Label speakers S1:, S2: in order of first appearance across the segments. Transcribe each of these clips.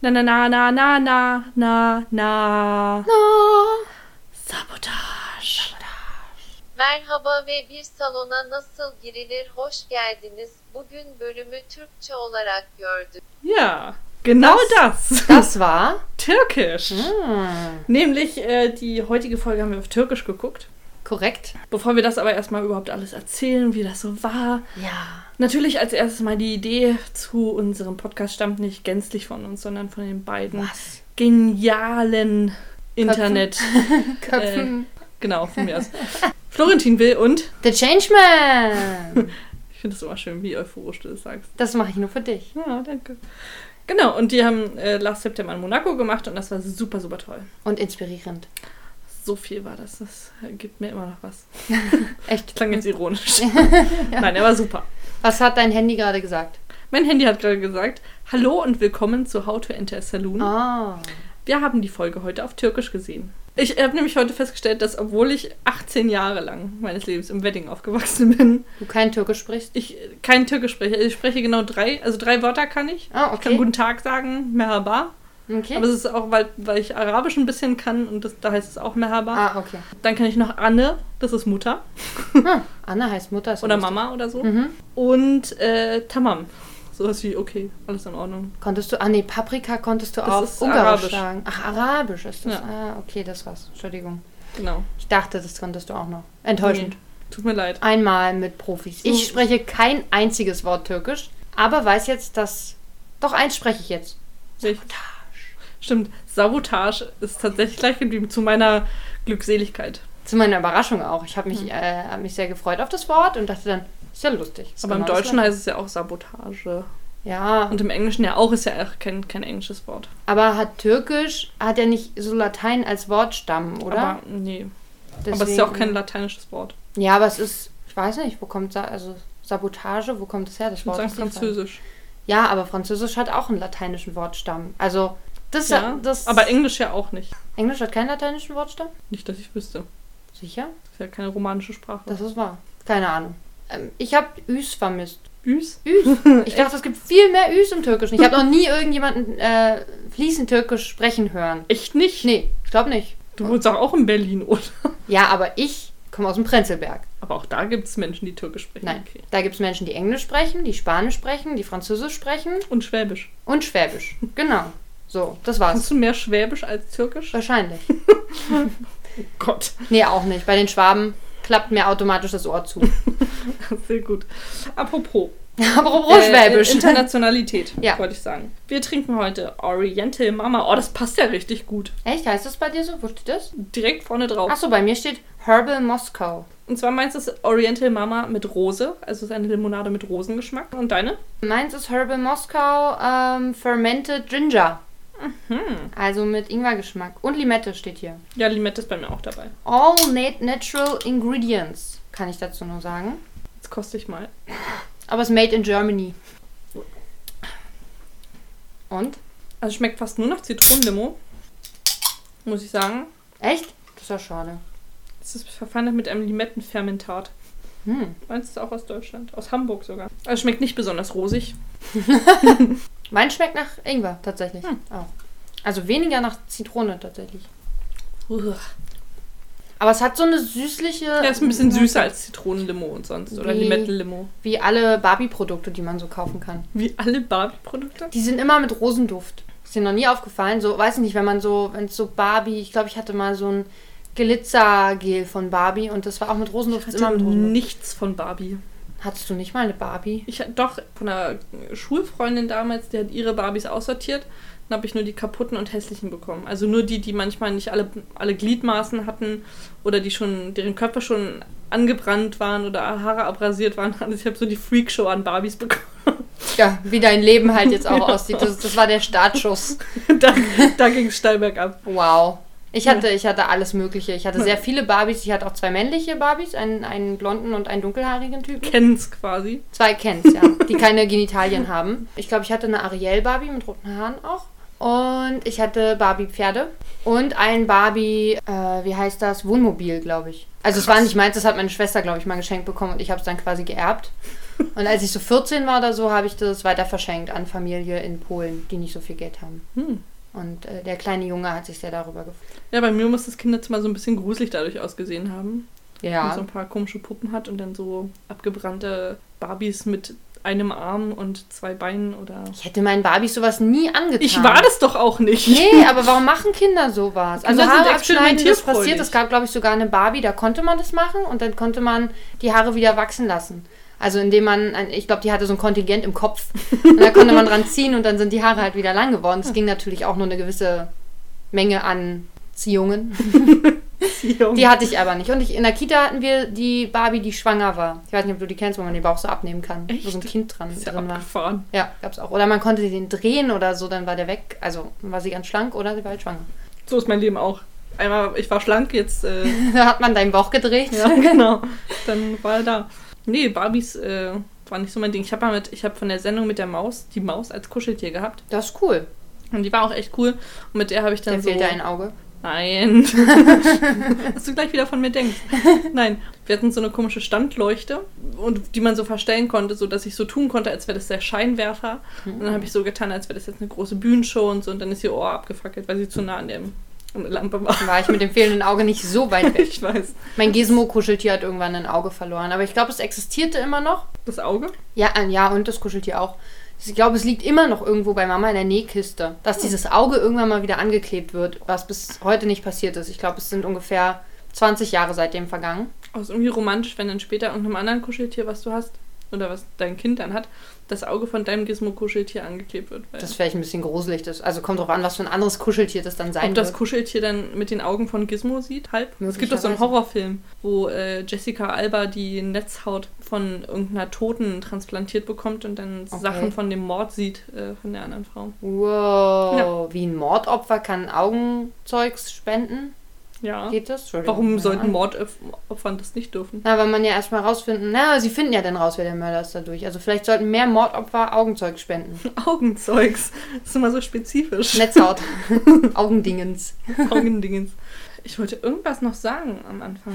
S1: Na na na na na na na na. Sabotage.
S2: Merhaba ve bir salona nasıl girilir hoş geldiniz. Bugün bölümü Türkçe olarak gördük.
S1: Ja, genau das.
S3: Das war.
S1: Türkisch.
S3: Hm,
S1: Nämlich äh, die heutige Folge haben wir auf Türkisch geguckt.
S3: korrekt.
S1: Bevor wir das aber erstmal überhaupt alles erzählen, wie das so war.
S3: Ja.
S1: Natürlich als erstes mal die Idee zu unserem Podcast stammt nicht gänzlich von uns, sondern von den beiden
S3: Was?
S1: genialen Internet. äh,
S3: Köpfen.
S1: Genau, von mir aus. Florentin Will und
S3: Äh, The Changeman.
S1: ich finde es immer schön, wie euphorisch du das sagst.
S3: Das mache ich nur für dich.
S1: Ja, danke. Genau, und die haben äh, Last September in Monaco gemacht und das war super, super toll.
S3: Und inspirierend.
S1: So viel war das. Das äh, gibt mir immer noch was.
S3: Echt.
S1: Klang jetzt ironisch. Nein, er war super.
S3: Was hat dein Handy gerade gesagt?
S1: Mein Handy hat gerade gesagt, hallo und willkommen zu How to Enter a Saloon.
S3: Ah.
S1: Wir haben die Folge heute auf Türkisch gesehen. Ich habe nämlich heute festgestellt, dass obwohl ich 18 Jahre lang meines Lebens im Wedding aufgewachsen bin,
S3: Du kein Türkisch sprichst?
S1: ich äh, kein Türkisch spreche. Ich spreche genau drei, also drei Wörter kann ich.
S3: Ah,
S1: Ich kann
S3: okay.
S1: guten Tag sagen, merhaba.
S3: Okay.
S1: Aber es ist auch, weil, weil ich Arabisch ein bisschen kann und das, da heißt es auch merhaba.
S3: Ah, okay.
S1: Dann kann ich noch Anne, das ist Mutter
S3: Hm. Anna heißt Mutter. ist
S1: oder
S3: lustig.
S1: Mama oder so.
S3: Mhm.
S1: Und äh, tamam, sowas wie okay, alles in Ordnung.
S3: Konntest du, ah nee, Paprika konntest du
S1: Das
S3: auch
S1: ist
S3: Ungarisch
S1: Arabisch.
S3: sagen. Ach, Arabisch ist das.
S1: Ja.
S3: Ah, okay, das war's. Entschuldigung.
S1: Genau.
S3: Ich dachte, das konntest du auch noch. Enttäuschend.
S1: Nee, Hm. tut mir leid.
S3: Einmal mit Profis. Ich spreche kein einziges Wort Türkisch, aber weiß jetzt, dass. Doch eins spreche ich jetzt.
S1: Ich, stimmt, Sabotage ist tatsächlich gleich geblieben zu meiner Glückseligkeit.
S3: Zu meiner Überraschung auch. Ich habe
S1: Mhm.
S3: mich, äh, hab mich sehr gefreut auf das Wort und dachte dann, ist ja lustig. Ist
S1: Aber im
S3: genau das
S1: Deutschen halt-
S3: Gleiche.
S1: heißt es ja auch Sabotage.
S3: Ja,
S1: Und im Englischen ja auch, ist ja auch kein, kein englisches Wort.
S3: aber hat Türkisch, hat ja nicht so Latein als Wortstamm, oder?
S1: Aber nee. Aber es ist ja auch kein lateinisches Wort.
S3: Ja, aber es ist, ich weiß nicht, wo kommt, Sa- also Sabotage, wo kommt das her, das
S1: Ich würde
S3: Wort?
S1: sagen
S3: ist die Frage.
S1: Französisch.
S3: Ja, aber Französisch hat auch einen lateinischen Wortstamm. Also, das,
S1: Ja,
S3: das
S1: aber Englisch ja auch nicht.
S3: Englisch hat keinen lateinischen Wortstamm?
S1: Nicht, dass ich wüsste.
S3: Sicher?
S1: Ist ja keine romanische Sprache.
S3: Das ist wahr. Keine Ahnung. Ähm, ich habe Üs vermisst.
S1: Üs?
S3: Üs. Ich dachte, es gibt viel mehr Üs im Türkischen. Ich habe noch nie irgendjemanden äh, fließend Türkisch sprechen hören.
S1: Echt nicht?
S3: Nee, ich glaube nicht.
S1: Du wohnst doch auch in Berlin, oder?
S3: Ja, aber ich komme aus dem Prenzlberg.
S1: Aber auch da gibt es Menschen, die Türkisch sprechen.
S3: Nein.
S1: Okay.
S3: Da gibt es Menschen, die Englisch sprechen, die Spanisch sprechen, die Französisch sprechen
S1: Und Schwäbisch.
S3: und Schwäbisch. Genau. So, das war's.
S1: Kannst du mehr Schwäbisch als Türkisch?
S3: Wahrscheinlich.
S1: Gott.
S3: Nee, auch nicht. Bei den Schwaben klappt mir automatisch das Ohr zu.
S1: Sehr gut. Apropos.
S3: Apropos Oh, Schwäbisch.
S1: Äh, Internationalität,
S3: Ja.
S1: wollte ich sagen. Wir trinken heute Oriental Mama. Oh, das passt ja richtig gut.
S3: Echt? Heißt das bei dir so? Wo steht das?
S1: Direkt vorne drauf.
S3: Achso, bei mir steht Herbal Moscow.
S1: Und zwar meins ist Oriental Mama mit Rose. Also es ist eine Limonade mit Rosengeschmack. Und deine?
S3: Meins ist Herbal Moscow ähm, Fermented Ginger.
S1: Mhm.
S3: Also mit Ingwergeschmack. Und Limette steht hier.
S1: Ja, Limette ist bei mir auch dabei.
S3: All nat natural ingredients, kann ich dazu nur sagen.
S1: Jetzt koste ich mal.
S3: Aber es ist made in Germany. Und?
S1: Also schmeckt fast nur nach Zitronenlimo. Muss ich sagen.
S3: Echt? Das ist ja schade.
S1: Es ist verfeinert mit einem Limettenfermentat.
S3: Hm.
S1: Meins ist auch aus Deutschland. Aus Hamburg sogar. Also schmeckt nicht besonders rosig.
S3: Mein schmeckt nach Ingwer tatsächlich.
S1: Hm.
S3: Auch. Also weniger nach Zitrone tatsächlich.
S1: Uah.
S3: Aber es hat so eine süßliche.
S1: Ja, ist ein bisschen süßer als Zitronenlimo und sonst. Oder
S3: Wie-
S1: Limettenlimo.
S3: Wie alle Barbie-Produkte, die man so kaufen kann.
S1: Wie alle Barbie-Produkte.
S3: Die sind immer mit Rosenduft. Ist dir noch nie aufgefallen? So, weiß ich nicht, wenn man so, wenn es so Barbie, ich glaube, ich hatte mal so ein Glitzergel von Barbie und das war auch mit Rosenduft. ist
S1: Hatte
S3: immer mit Rosenduft.
S1: nichts von Barbie.
S3: Hattest du nicht mal eine Barbie?
S1: Ich hatte doch von einer Schulfreundin damals, die hat ihre Barbies aussortiert. Dann habe ich nur die kaputten und hässlichen bekommen. Also nur die, die manchmal nicht alle, alle Gliedmaßen hatten oder die schon, deren Körper schon angebrannt waren oder Haare abrasiert waren. Also ich habe so die Freakshow an Barbies bekommen.
S3: Ja, wie dein Leben halt jetzt auch aussieht. Das, das war der Startschuss.
S1: da da ging es steil bergab.
S3: Wow. Ich hatte, ich hatte alles Mögliche. Ich hatte sehr viele Barbies. Ich hatte auch zwei männliche Barbies, einen, einen blonden und einen dunkelhaarigen Typen.
S1: Kenn's quasi.
S3: Zwei Kens, ja. Die keine Genitalien haben. Ich glaube, ich hatte eine Ariel-Barbie mit roten Haaren auch. Und ich hatte Barbie-Pferde und ein Barbie, äh, wie heißt das, Wohnmobil, glaube ich. Also es war nicht meins, das hat meine Schwester, glaube ich, mal geschenkt bekommen und ich habe es dann quasi geerbt. Und als ich so 14 war oder so, habe ich das weiter verschenkt an Familie in Polen, die nicht so viel Geld haben.
S1: Hm.
S3: Und äh, der kleine Junge hat sich sehr darüber gefreut.
S1: Ja, bei mir muss das Kinderzimmer so ein bisschen gruselig dadurch ausgesehen haben. Und so
S3: Ja,
S1: ein paar komische Puppen hat und dann so abgebrannte Barbies mit einem Arm und zwei Beinen oder.
S3: ich hätte meinen Barbies sowas nie angetan.
S1: Ich war das doch auch nicht.
S3: Nee, aber warum machen Kinder sowas? Also
S1: Kinder sind
S3: Haare abschneiden, das
S1: experimentierfreudig.
S3: passiert. Es gab, glaube ich, sogar eine Barbie, da konnte man das machen und dann konnte man die Haare wieder wachsen lassen. Also indem man, ein- ich glaube, die hatte so ein Kontingent im Kopf und da konnte man dran ziehen und dann sind die Haare halt wieder lang geworden. Es ging natürlich auch nur eine gewisse Menge an Ziehungen. Die hatte ich aber nicht. Und ich, in der Kita hatten wir die Barbie, die schwanger war. Ich weiß nicht, ob du die kennst, wo man den Bauch so abnehmen kann. Wo so ein
S1: Echt?
S3: Kind dran,
S1: ist ja
S3: drin war.
S1: abgefahren.
S3: Ja, gab's auch. Oder man konnte den drehen oder so, dann war der weg. Also dann war sie ganz schlank oder sie war halt schwanger.
S1: So ist mein Leben auch. Einmal, ich war schlank, jetzt. Äh,
S3: Da hat man deinen Bauch gedreht.
S1: Ja, genau. Dann war er da. Nee, Barbies äh, war nicht so mein Ding. Ich habe mit, ich habe von der Sendung mit der Maus die Maus als Kuscheltier gehabt
S3: Das ist cool.
S1: und die war auch echt cool. Und mit der habe ich dann
S3: Dann
S1: so
S3: fehlt dir ein Auge.
S1: Nein. Was du gleich wieder von mir denkst. Nein, wir hatten so eine komische Standleuchte und die man so verstellen konnte, so dass ich so tun konnte, als wäre das der Scheinwerfer. Und dann habe ich so getan, als wäre das jetzt eine große Bühnenshow und so und dann ist ihr Ohr abgefackelt, weil sie zu nah an dem an der Lampe war.
S3: War ich mit dem fehlenden Auge nicht so weit weg.
S1: Ich weiß.
S3: Mein Gizmo-Kuscheltier hat irgendwann ein Auge verloren. Aber ich glaube, es existierte immer noch.
S1: Das Auge?
S3: Ja, äh, ja, und das Kuscheltier auch. Ich glaube, es liegt immer noch irgendwo bei Mama in der Nähkiste, dass dieses Auge irgendwann mal wieder angeklebt wird, was bis heute nicht passiert ist. Ich glaube, es sind ungefähr 20 Jahre seitdem vergangen.
S1: Auch ist irgendwie romantisch, wenn dann später irgendeinem anderen Kuscheltier, was du hast, oder was dein Kind dann hat, das Auge von deinem Gizmo-Kuscheltier angeklebt wird. Weil
S3: Das vielleicht ein bisschen gruselig ist. Also kommt drauf an, was für ein anderes Kuscheltier das dann sein
S1: ob das
S3: wird.
S1: Kuscheltier dann mit den Augen von Gizmo sieht, halb. Es gibt doch so einen
S3: Möglicherweise.
S1: Horrorfilm, wo äh, Jessica Alba die Netzhaut von irgendeiner Toten transplantiert bekommt und dann
S3: Okay.
S1: Sachen von dem Mord sieht äh, von der anderen Frau.
S3: Wow. Wie ein Mordopfer kann Augenzeugs spenden?
S1: Ja.
S3: Geht das? Entschuldigung.
S1: Warum
S3: Keine
S1: sollten
S3: Ahnung.
S1: Mordopfern das nicht dürfen?
S3: Na, weil man ja erstmal rausfinden, na, sie finden ja dann raus, wer der Mörder ist dadurch. Also vielleicht sollten mehr Mordopfer Augenzeug spenden.
S1: Augenzeugs. Das ist immer so spezifisch.
S3: Netzhaut. Augendingens.
S1: Augendingens. Ich wollte irgendwas noch sagen am Anfang.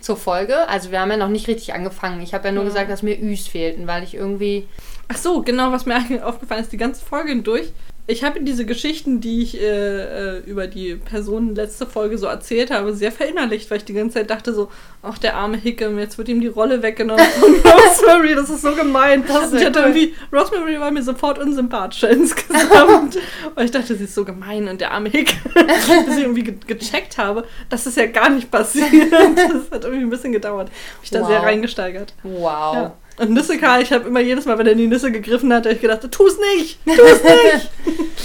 S3: Zur Folge, also wir haben ja noch nicht richtig angefangen. Ich habe ja nur
S1: Ja.
S3: gesagt, dass mir Üs fehlten, weil ich irgendwie.
S1: Ach so, genau, was mir eigentlich aufgefallen ist, die ganze Folge hindurch. Ich habe diese Geschichten, die ich äh, äh, über die Personen letzte Folge so erzählt habe, sehr verinnerlicht, weil ich die ganze Zeit dachte so, ach der arme Hickam, jetzt wird ihm die Rolle weggenommen von Rosemary, das ist so gemein.
S3: Das ist
S1: Und ich
S3: sehr
S1: hatte
S3: cool.
S1: irgendwie, Rosemary war mir sofort unsympathisch insgesamt. weil ich dachte, sie ist so gemein und der arme Hick, dass ich irgendwie ge gecheckt habe, dass es ja gar nicht passiert. Das hat irgendwie ein bisschen gedauert. Hab Ich da sehr
S3: Wow.
S1: reingesteigert.
S3: Wow.
S1: Ja. Und Nüsse, Karl, ich habe immer jedes Mal, wenn er die Nüsse gegriffen hat, hab ich gedacht, tu's nicht, tu's nicht.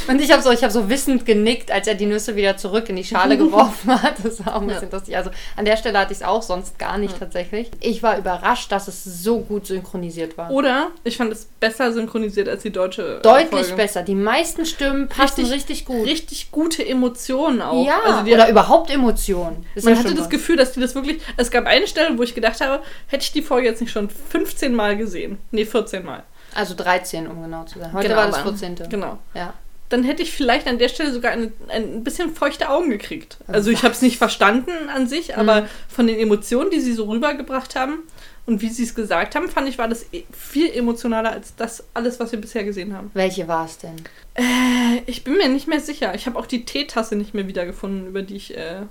S3: Und ich habe so, ich hab so wissend genickt, als er die Nüsse wieder zurück in die Schale geworfen hat. Das war auch ein bisschen lustig. Also an der Stelle hatte ich es auch sonst gar nicht tatsächlich. Ich war überrascht, dass es so gut synchronisiert war.
S1: Oder ich fand es besser synchronisiert als die deutsche. äh,
S3: Deutlich
S1: Folge.
S3: besser. Die meisten Stimmen passen richtig, gut.
S1: Richtig gute Emotionen auch.
S3: Ja,
S1: also die,
S3: oder überhaupt Emotionen. Das ist
S1: man
S3: ja
S1: hatte
S3: schon
S1: das
S3: was.
S1: Gefühl, dass die das wirklich. Es gab eine Stelle, wo ich gedacht habe, hätte ich die Folge jetzt nicht schon 15 Mal gesehen. Nee, 14 Mal.
S3: Also 13, um genau zu sein. Heute
S1: Genau,
S3: war das
S1: aber-
S3: 14.
S1: Genau.
S3: Ja.
S1: Dann hätte ich vielleicht an der Stelle sogar ein, ein bisschen feuchte Augen gekriegt. Also ich habe es nicht verstanden an
S3: Mhm.
S1: sich, aber von den Emotionen, die sie so rübergebracht haben und wie sie es gesagt haben, fand ich, war das eh viel emotionaler als das alles, was wir bisher gesehen haben.
S3: Welche war es denn?
S1: Äh, Ich bin mir nicht mehr sicher. Ich habe auch die Teetasse nicht mehr wiedergefunden, über die ich, äh,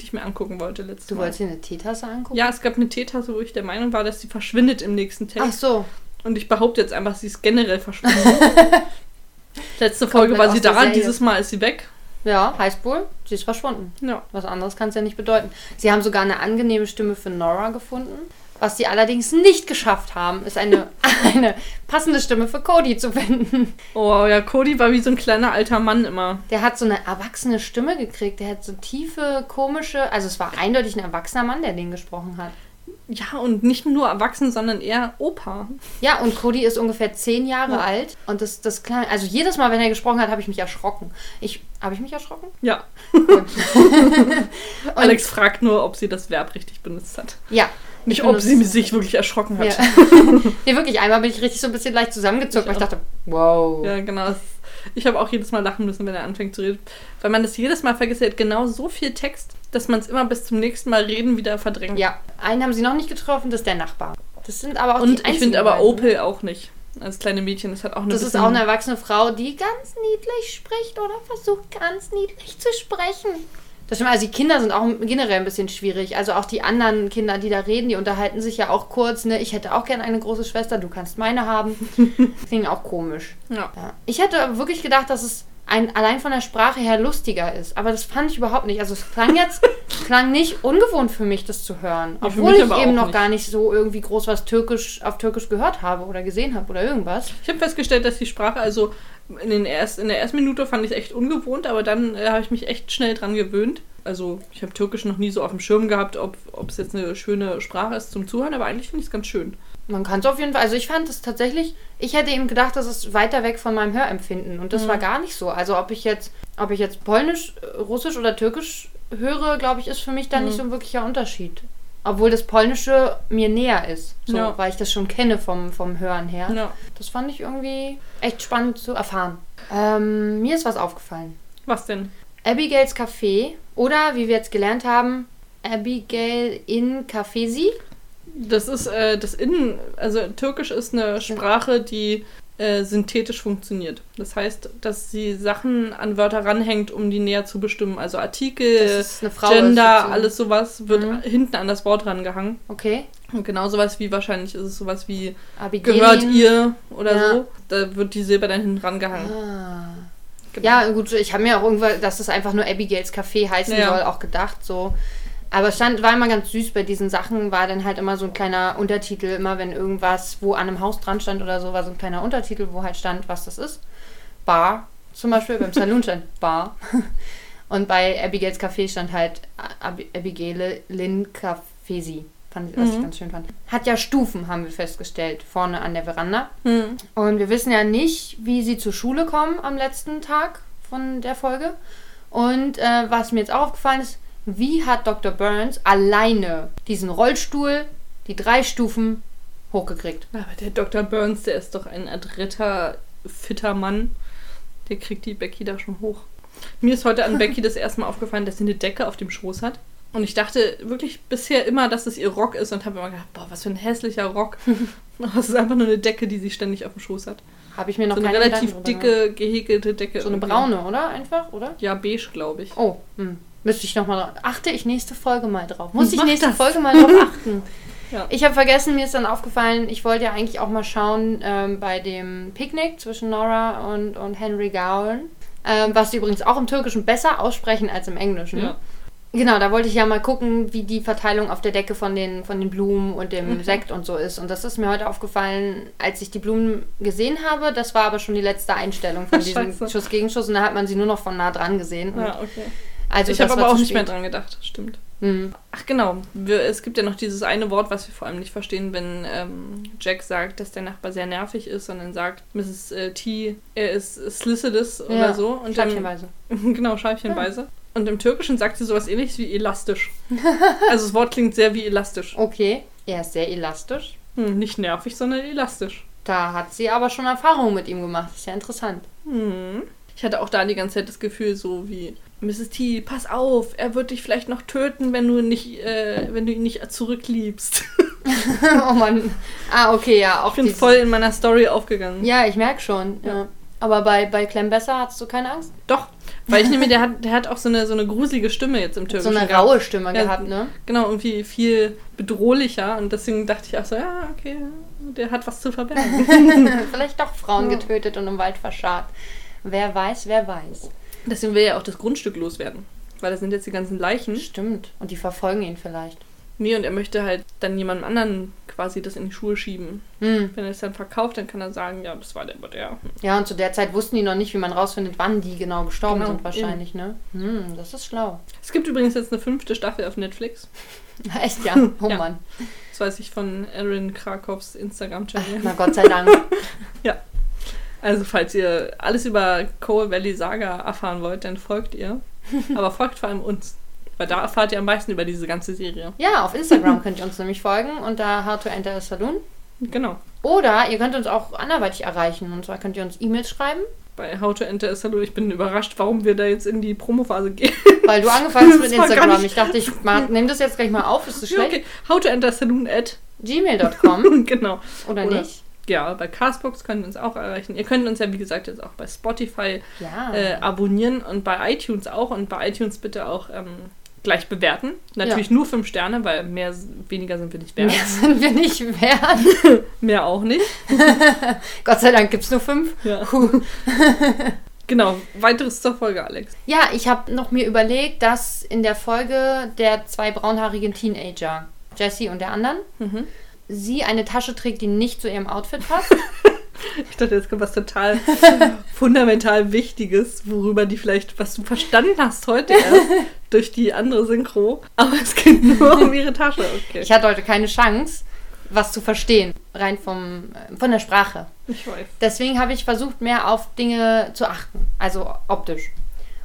S1: die ich mir angucken wollte letztes
S3: Du
S1: Mal.
S3: wolltest dir eine Teetasse angucken?
S1: Ja, es gab eine Teetasse, wo ich der Meinung war, dass sie verschwindet im nächsten Text.
S3: Ach so.
S1: Und ich behaupte jetzt einfach, sie ist generell verschwunden. Letzte Folge
S3: Komplett
S1: war sie
S3: halt aus der
S1: da,
S3: Serie.
S1: dieses Mal ist sie weg.
S3: Ja, heißt wohl, sie ist verschwunden.
S1: Ja.
S3: Was anderes kann es ja nicht bedeuten. Sie haben sogar eine angenehme Stimme für Nora gefunden. Was sie allerdings nicht geschafft haben, ist eine, eine passende Stimme für Cody zu finden.
S1: Oh ja, Cody war wie so ein kleiner alter Mann immer.
S3: Der hat so eine erwachsene Stimme gekriegt. Der hat so tiefe, komische. Also, es war eindeutig ein erwachsener Mann, der den gesprochen hat.
S1: Ja, und nicht nur erwachsen, sondern eher Opa.
S3: Ja, und Cody ist ungefähr zehn Jahre alt und das, das klang, also jedes Mal, wenn er gesprochen hat, habe ich mich erschrocken. Ich, habe ich mich erschrocken?
S1: Ja.
S3: Und,
S1: Alex fragt nur, ob sie das Verb richtig benutzt hat.
S3: Ja.
S1: Nicht,
S3: ich
S1: ob sie
S3: benutze-
S1: sich wirklich erschrocken
S3: Ja.
S1: hat.
S3: nee, wirklich, einmal bin ich richtig so ein bisschen leicht zusammengezuckt, weil ich
S1: auch.
S3: dachte, wow.
S1: Ja, genau. Es Ich habe auch jedes Mal lachen müssen, wenn er anfängt zu reden. Weil man das jedes Mal vergisst, er hat genau so viel Text, dass man es immer bis zum nächsten Mal reden wieder verdrängt.
S3: Ja, einen haben sie noch nicht getroffen, das ist der Nachbar. Das sind aber auch die
S1: Und ich
S3: einzigen
S1: finde aber
S3: beiden.
S1: Opel auch nicht. Als kleine Mädchen, das hat auch eine
S3: Das ist
S1: bisschen-
S3: auch eine erwachsene Frau, die ganz niedlich spricht oder versucht ganz niedlich zu sprechen. Das stimmt, also die Kinder sind auch generell ein bisschen schwierig. Also auch die anderen Kinder, die da reden, die unterhalten sich ja auch kurz. Ne? Ich hätte auch gerne eine große Schwester, du kannst meine haben. Klingt auch komisch.
S1: Ja.
S3: Ja. Ich hätte wirklich gedacht, dass es ein, allein von der Sprache her lustiger ist. Aber das fand ich überhaupt nicht. Also es klang jetzt klang nicht ungewohnt für mich, das zu hören.
S1: Ja, für
S3: Obwohl
S1: mich
S3: ich
S1: aber
S3: eben
S1: auch
S3: noch
S1: nicht.
S3: gar nicht so irgendwie groß was Türkisch auf Türkisch gehört habe oder gesehen habe oder irgendwas.
S1: Ich habe festgestellt, dass die Sprache, also in, den erst, in der ersten Minute fand ich es echt ungewohnt, aber dann äh, habe ich mich echt schnell dran gewöhnt. Also ich habe Türkisch noch nie so auf dem Schirm gehabt, ob ob es jetzt eine schöne Sprache ist zum Zuhören, aber eigentlich finde ich es ganz schön.
S3: Man kann es auf jeden Fall. Also ich fand es tatsächlich, ich hätte eben gedacht, das ist weiter weg von meinem Hörempfinden. Und
S1: Mhm.
S3: das war gar nicht so. Also ob ich jetzt, ob ich jetzt Polnisch, äh, Russisch oder Türkisch höre, glaube ich, ist für mich da
S1: Mhm.
S3: nicht so ein wirklicher Unterschied. Obwohl das Polnische mir näher ist. So,
S1: Ja.
S3: weil ich das schon kenne vom, vom Hören her.
S1: Ja.
S3: Das fand ich irgendwie echt spannend zu erfahren. Ähm, mir ist was aufgefallen.
S1: Was denn?
S3: Abigails Café oder wie wir jetzt gelernt haben, Abigail in Cafesi.
S1: Das ist äh, das Innen, also Türkisch ist eine Sprache, die äh, synthetisch funktioniert. Das heißt, dass sie Sachen an Wörter ranhängt, um die näher zu bestimmen. Also Artikel,
S3: Das ist Mhm. eine Frau, das ist
S1: Gender,
S3: so-
S1: alles sowas wird hinten an das Wort rangehangen.
S3: Okay.
S1: Und genau sowas wie wahrscheinlich ist es sowas wie
S3: Abigail.
S1: gehört ihr oder
S3: Ja.
S1: so. Da wird die Silber dann hinten rangehangen.
S3: Ah.
S1: Genau.
S3: Ja, gut, ich habe mir auch irgendwann, dass es einfach nur Abigails Café heißen
S1: Ja.
S3: soll, auch gedacht so. Aber es stand, war immer ganz süß bei diesen Sachen, war dann halt immer so ein kleiner Untertitel, immer wenn irgendwas, wo an einem Haus dran stand oder so, war so ein kleiner Untertitel, wo halt stand, was das ist. Bar, zum Beispiel, beim Saloon stand Bar. Und bei Abigails Café stand halt Ab Abigail Lynn Cafesi, fand ich, was
S1: Mhm.
S3: ich ganz schön fand. Hat ja Stufen, haben wir festgestellt, vorne an der Veranda.
S1: Hm.
S3: Und wir wissen ja nicht, wie sie zur Schule kommen am letzten Tag von der Folge. Und äh, was mir jetzt auch aufgefallen ist, wie hat Dr. Burns alleine diesen Rollstuhl, die drei Stufen, hochgekriegt?
S1: Aber der Dr. Burns, der ist doch ein adretter, fitter Mann. Der kriegt die Becky da schon hoch. Mir ist heute an Becky das erste Mal aufgefallen, dass sie eine Decke auf dem Schoß hat. Und ich dachte wirklich bisher immer, dass es ihr Rock ist und habe immer gedacht, boah, was für ein hässlicher Rock. Aber es ist einfach nur eine Decke, die sie ständig auf dem Schoß hat.
S3: Habe ich mir noch
S1: So eine
S3: keine
S1: relativ
S3: Gedanken drüber gemacht.
S1: dicke, gehäkelte Decke.
S3: So eine
S1: irgendwie.
S3: braune, oder? Einfach, oder?
S1: Ja, beige, glaube ich.
S3: Oh, hm. müsste ich nochmal drauf. Achte ich nächste Folge mal drauf. Muss ich
S1: Mach
S3: nächste
S1: das.
S3: Folge mal drauf achten.
S1: Ja.
S3: Ich habe vergessen, mir ist dann aufgefallen, ich wollte ja eigentlich auch mal schauen ähm, bei dem Picknick zwischen Nora und, und Henry Gowan, ähm, was sie übrigens auch im Türkischen besser aussprechen als im Englischen.
S1: Ja.
S3: Genau, da wollte ich ja mal gucken, wie die Verteilung auf der Decke von den, von den Blumen und dem
S1: Mhm.
S3: Sekt und so ist. Und das ist mir heute aufgefallen, als ich die Blumen gesehen habe. Das war aber schon die letzte Einstellung von diesem
S1: Scheiße.
S3: Schuss-Gegenschuss und da hat man sie nur noch von nah dran gesehen. Und
S1: Ja, okay.
S3: also
S1: ich
S3: das
S1: habe
S3: war
S1: aber auch
S3: zu
S1: nicht mehr
S3: spät.
S1: dran gedacht, stimmt.
S3: Hm.
S1: Ach genau, wir, es gibt ja noch dieses eine Wort, was wir vor allem nicht verstehen, wenn ähm, Jack sagt, dass der Nachbar sehr nervig ist, sondern sagt, Mrs. Äh, T, er ist Slicidus oder so. Und dann,
S3: Scheibchenweise.
S1: genau, scheibchenweise. Und im Türkischen sagt sie sowas ähnliches wie elastisch. also das Wort klingt sehr wie elastisch.
S3: Okay, er ist sehr elastisch.
S1: Hm, nicht nervig, sondern elastisch.
S3: Da hat sie aber schon Erfahrungen mit ihm gemacht. Ist ja interessant.
S1: Hm. Ich hatte auch da die ganze Zeit das Gefühl, so wie Mrs. T, pass auf, er wird dich vielleicht noch töten, wenn du nicht, äh, wenn du ihn nicht zurückliebst.
S3: oh Mann. Ah, okay, ja. Auch
S1: Ich bin
S3: dieses-
S1: voll in meiner Story aufgegangen.
S3: Ja, ich merke schon. Ja. Aber bei, bei Clem Besser hattest du keine Angst?
S1: Doch, weil ich nehme, der hat, der hat auch so eine, so eine gruselige Stimme jetzt im
S3: So
S1: Türkischen.
S3: eine
S1: gehabt.
S3: raue Stimme
S1: Ja.
S3: gehabt, ne?
S1: Genau, irgendwie viel bedrohlicher und deswegen dachte ich auch so, ja, okay, der hat was zu verbergen.
S3: Vielleicht doch Frauen getötet und im Wald verscharrt. Wer weiß, wer weiß.
S1: deswegen will er auch das Grundstück loswerden, weil da sind jetzt die ganzen Leichen.
S3: Stimmt. Und die verfolgen ihn vielleicht.
S1: Nee, und er möchte halt dann jemandem anderen quasi das in die Schuhe schieben.
S3: Hm.
S1: Wenn er es dann verkauft, dann kann er sagen, ja, das war der, aber der.
S3: Ja, und zu der Zeit wussten die noch nicht, wie man rausfindet, wann die genau gestorben
S1: Genau,
S3: sind wahrscheinlich, ne? Hm, das ist schlau.
S1: Es gibt übrigens jetzt eine fünfte Staffel auf Netflix.
S3: Echt, ja. Oh
S1: Ja.
S3: Mann.
S1: Das weiß ich von Erin Krakows Instagram-Channel.
S3: Na Gott sei Dank.
S1: Also, falls ihr alles über Coal Valley Saga erfahren wollt, dann folgt ihr. Aber folgt vor allem uns. Weil da erfahrt ihr am meisten über diese ganze Serie.
S3: Ja, auf Instagram könnt ihr uns nämlich folgen unter How to Enter a Saloon.
S1: Genau.
S3: Oder ihr könnt uns auch anderweitig erreichen. Und zwar könnt ihr uns E-Mails schreiben
S1: bei How to Enter a Salon. Ich bin überrascht, warum wir da jetzt in die Promophase gehen.
S3: Weil du angefangen hast
S1: Das
S3: mit
S1: war gar
S3: Instagram.
S1: nicht-
S3: Ich dachte, ich nehme das jetzt gleich mal auf. Ist das
S1: Ja,
S3: schlecht?
S1: okay. How to Enter a Salon at.
S3: Gmail.com
S1: genau.
S3: oder
S1: Oder-
S3: nicht?
S1: Ja, bei Castbox könnt ihr uns auch erreichen. Ihr könnt uns ja, wie gesagt, jetzt auch bei Spotify
S3: Ja.
S1: äh, abonnieren und bei iTunes auch. Und bei iTunes bitte auch ähm, gleich bewerten. Natürlich nur fünf Sterne, weil mehr, weniger sind wir nicht wert.
S3: Mehr sind wir nicht wert.
S1: Mehr auch nicht.
S3: Gott sei Dank gibt es nur fünf.
S1: Ja.
S3: Cool.
S1: Genau. Weiteres zur Folge, Alex.
S3: Ja, ich habe noch mir überlegt, dass in der Folge der zwei braunhaarigen Teenager, Jessie und der anderen,
S1: Mhm.
S3: sie eine Tasche trägt, die nicht zu ihrem Outfit passt.
S1: Ich dachte, jetzt kommt was total fundamental Wichtiges, worüber die vielleicht, was du verstanden hast heute erst durch die andere Synchro. Aber es geht nur um ihre Tasche. Okay.
S3: Ich hatte heute keine Chance, was zu verstehen, rein vom, äh, von der Sprache.
S1: Ich weiß.
S3: Deswegen habe ich versucht, mehr auf Dinge zu achten, also optisch.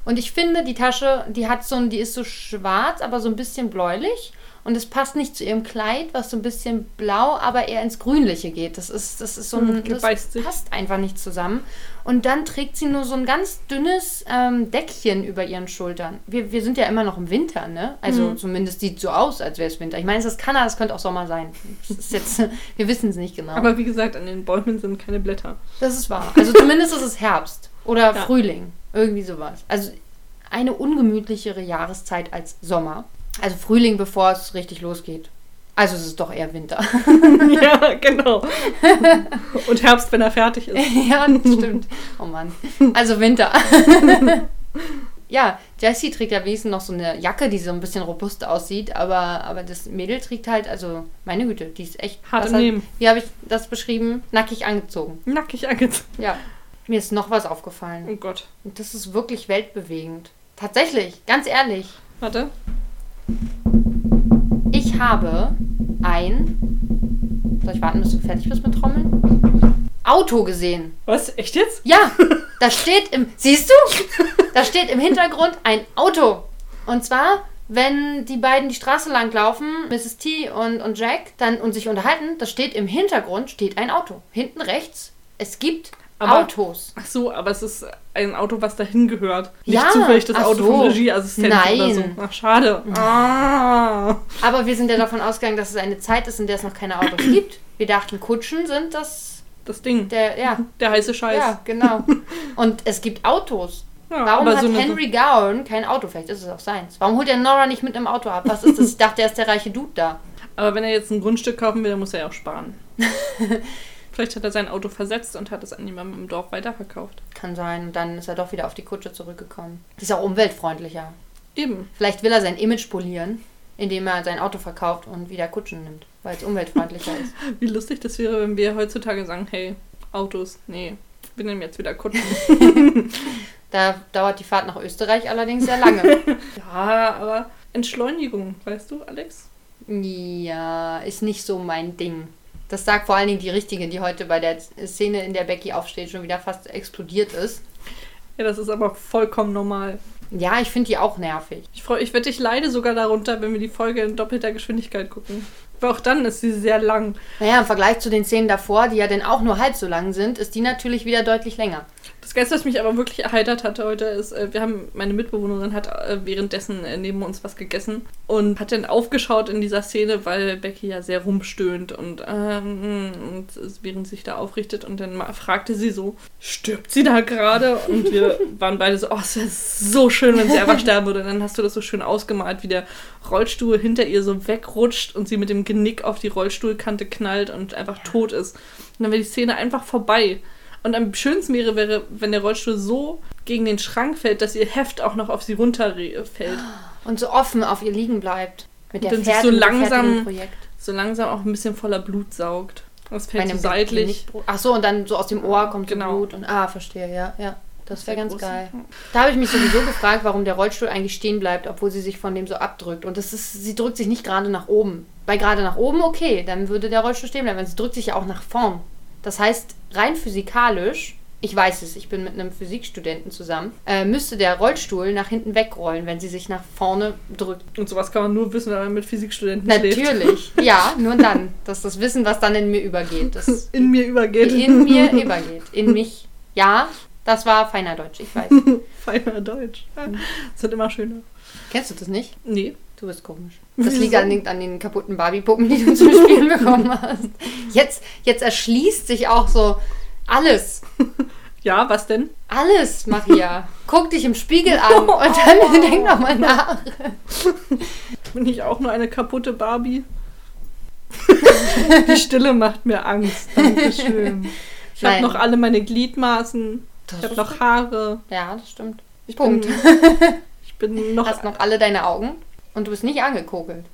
S3: Und ich finde, die Tasche, die hat so ein, die ist so schwarz, aber so ein bisschen bläulich. Und es passt nicht zu ihrem Kleid, was so ein bisschen blau, aber eher ins Grünliche geht. Das ist, das ist so ein,
S1: Hm,
S3: das
S1: beißt sich.
S3: passt einfach nicht zusammen. Und dann trägt sie nur so ein ganz dünnes ähm, Deckchen über ihren Schultern. Wir, wir sind ja immer noch im Winter, ne? Also
S1: Hm.
S3: zumindest sieht so aus, als wäre es Winter. Ich meine, es ist Kanada, es könnte auch Sommer sein. Das ist jetzt, wir wissen es nicht genau.
S1: Aber wie gesagt, an den Bäumen sind keine Blätter.
S3: Das ist wahr. Also zumindest ist es Herbst
S1: Ja.
S3: oder Frühling. Irgendwie sowas. Also eine ungemütlichere Jahreszeit als Sommer. Also Frühling, bevor es richtig losgeht. Also es ist doch eher Winter.
S1: ja, genau. Und Herbst, wenn er fertig ist.
S3: ja, das stimmt. Oh Mann. Also Winter. ja, Jessie trägt ja wenigstens noch so eine Jacke, die so ein bisschen robust aussieht, aber, aber das Mädel trägt halt, also meine Güte, die ist echt.
S1: Hart
S3: was
S1: im
S3: hat-
S1: Nehmen.
S3: Wie habe ich das beschrieben? Nackig angezogen.
S1: Nackig angezogen.
S3: Ja. Mir ist noch was aufgefallen.
S1: Oh Gott.
S3: Und das ist wirklich weltbewegend. Tatsächlich, ganz ehrlich.
S1: Warte.
S3: Ich habe ein. Soll ich warten, bis du fertig bist mit Trommeln? Auto gesehen.
S1: Was? Echt jetzt?
S3: Ja, da steht im. Siehst du? Da steht im Hintergrund ein Auto. Und zwar, wenn die beiden die Straße lang laufen, Mrs. T und, und Jack, dann und sich unterhalten, da steht im Hintergrund steht ein Auto. Hinten rechts. Es gibt
S1: Aber-
S3: Autos.
S1: Ach so, aber es ist ein Auto, was dahin gehört. Nicht
S3: Ja,
S1: zufällig das
S3: ach
S1: Auto
S3: so.
S1: vom Regieassistenten oder
S3: Nein. Mhm.
S1: so. Ach, schade. Ah.
S3: Aber wir sind ja davon ausgegangen, dass es eine Zeit ist, in der es noch keine Autos gibt. Wir dachten, Kutschen sind das,
S1: Das Ding. Der,
S3: der, ja,
S1: heiße Scheiß.
S3: ja, genau. Und es gibt Autos.
S1: Ja,
S3: Warum
S1: aber
S3: hat
S1: so eine-
S3: Henry Gowan kein Auto? Vielleicht ist es auch seins. Warum holt er Nora nicht mit einem Auto ab? Was ist das? Ich dachte, er ist der reiche Dude da.
S1: Aber wenn er jetzt ein Grundstück kaufen will, dann muss er ja auch sparen. Vielleicht hat er sein Auto versetzt und hat es an jemanden im Dorf weiterverkauft.
S3: Kann sein. Und dann ist er doch wieder auf die Kutsche zurückgekommen. Ist auch umweltfreundlicher.
S1: Eben.
S3: Vielleicht will er sein Image polieren, indem er sein Auto verkauft und wieder Kutschen nimmt, weil es umweltfreundlicher ist.
S1: Wie lustig das wäre, wenn wir heutzutage sagen, hey, Autos, nee, wir nehmen jetzt wieder Kutschen.
S3: Da dauert die Fahrt nach Österreich allerdings sehr lange.
S1: ja, aber Entschleunigung, weißt du, Alex?
S3: Ja, ist nicht so mein Ding. Das sagt vor allen Dingen die Richtige, die heute bei der Szene, in der Becky aufsteht, schon wieder fast explodiert ist.
S1: Ja, das ist aber vollkommen normal.
S3: Ja, ich finde die auch nervig.
S1: Ich freue, ich wette, ich leide sogar darunter, wenn wir die Folge in doppelter Geschwindigkeit gucken. Aber auch dann ist sie sehr lang.
S3: Naja, im Vergleich zu den Szenen davor, die ja dann auch nur halb so lang sind, ist die natürlich wieder deutlich länger.
S1: Das Geilste, was mich aber wirklich erheitert hatte heute, ist, äh, wir haben, meine Mitbewohnerin hat äh, währenddessen äh, neben uns was gegessen und hat dann aufgeschaut in dieser Szene, weil Becky ja sehr rumstöhnt und, ähm, und es- während sich da aufrichtet und dann ma- fragte sie so, stirbt sie da gerade? Und wir waren beide so, oh, es wäre so schön, wenn sie einfach sterben würde. Und dann hast du das so schön ausgemalt, wie der Rollstuhl hinter ihr so wegrutscht und sie mit dem Genick auf die Rollstuhlkante knallt und einfach tot ist. Und dann wäre die Szene einfach vorbei. Und am schönsten wäre, wäre, wenn der Rollstuhl so gegen den Schrank fällt, dass ihr Heft auch noch auf sie runterfällt.
S3: Und so offen auf ihr liegen bleibt. Mit der
S1: Und dann sich so
S3: fertigen-
S1: langsam
S3: fertigen Projekt.
S1: So langsam auch ein bisschen voller Blut saugt. Das
S3: Bei
S1: fällt so
S3: einem
S1: seitlich.
S3: Genickbruch. Ach so, und dann so aus dem Ohr kommt
S1: Genau.
S3: so Blut und ah, verstehe, ja, ja. Das wäre
S1: Sehr
S3: ganz
S1: groß.
S3: geil. Da habe ich mich sowieso gefragt, warum der Rollstuhl eigentlich stehen bleibt, obwohl sie sich von dem so abdrückt. Und das ist, sie drückt sich nicht gerade nach oben. Bei gerade nach oben, okay, dann würde der Rollstuhl stehen bleiben. Aber sie drückt sich ja auch nach vorn. Das heißt, rein physikalisch, ich weiß es, ich bin mit einem Physikstudenten zusammen, äh, müsste der Rollstuhl nach hinten wegrollen, wenn sie sich nach vorne drückt.
S1: Und sowas kann man nur wissen, wenn man mit Physikstudenten schläft.
S3: Natürlich, ja, nur dann. Das ist das Wissen, was dann in mir übergeht. Das
S1: In mir übergeht.
S3: in mir übergeht. In mich. Ja, Das war feiner Deutsch, ich weiß.
S1: Feiner Deutsch. Das wird immer schöner.
S3: Kennst du das nicht?
S1: Nee.
S3: Du bist komisch. Das
S1: Wieso?
S3: liegt an den, an den kaputten Barbie-Puppen, die du zum Spielen bekommen hast. Jetzt, jetzt erschließt sich auch so alles.
S1: Ja, was denn?
S3: Alles, Maria. Guck dich im Spiegel an und dann denk nochmal nach.
S1: Bin ich auch nur eine kaputte Barbie? Die Stille macht mir Angst. Dankeschön. Ich habe
S3: Nein.
S1: noch alle meine Gliedmaßen.
S3: Das
S1: ich habe
S3: ist
S1: noch Haare.
S3: Ja, das stimmt.
S1: Ich
S3: Punkt.
S1: Bin, Ähm, ich bin
S3: Du
S1: noch.
S3: hast noch alle deine Augen und du bist nicht angekokelt.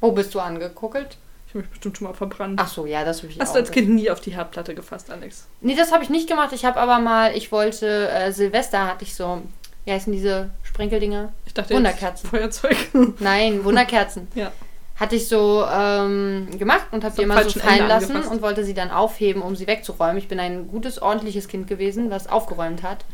S3: Wo bist du angekokelt?
S1: Ich habe mich bestimmt schon mal verbrannt.
S3: Ach so, ja, das habe ich
S1: Hast
S3: auch
S1: du als
S3: gesehen.
S1: Kind nie auf die Herdplatte gefasst, Alex?
S3: Nee, das habe ich nicht gemacht. Ich habe aber mal, ich wollte, äh, Silvester hatte ich so, wie heißen diese Sprenkeldinger?
S1: Ich dachte,
S3: Wunderkerzen.
S1: Jetzt Feuerzeug.
S3: Nein, Wunderkerzen.
S1: ja.
S3: hatte ich so ähm, gemacht und habe
S1: So am
S3: die immer so
S1: falschen
S3: fallen
S1: Ende
S3: lassen
S1: angepasst.
S3: und wollte sie dann aufheben, um sie wegzuräumen. Ich bin ein gutes, ordentliches Kind gewesen, was aufgeräumt hat.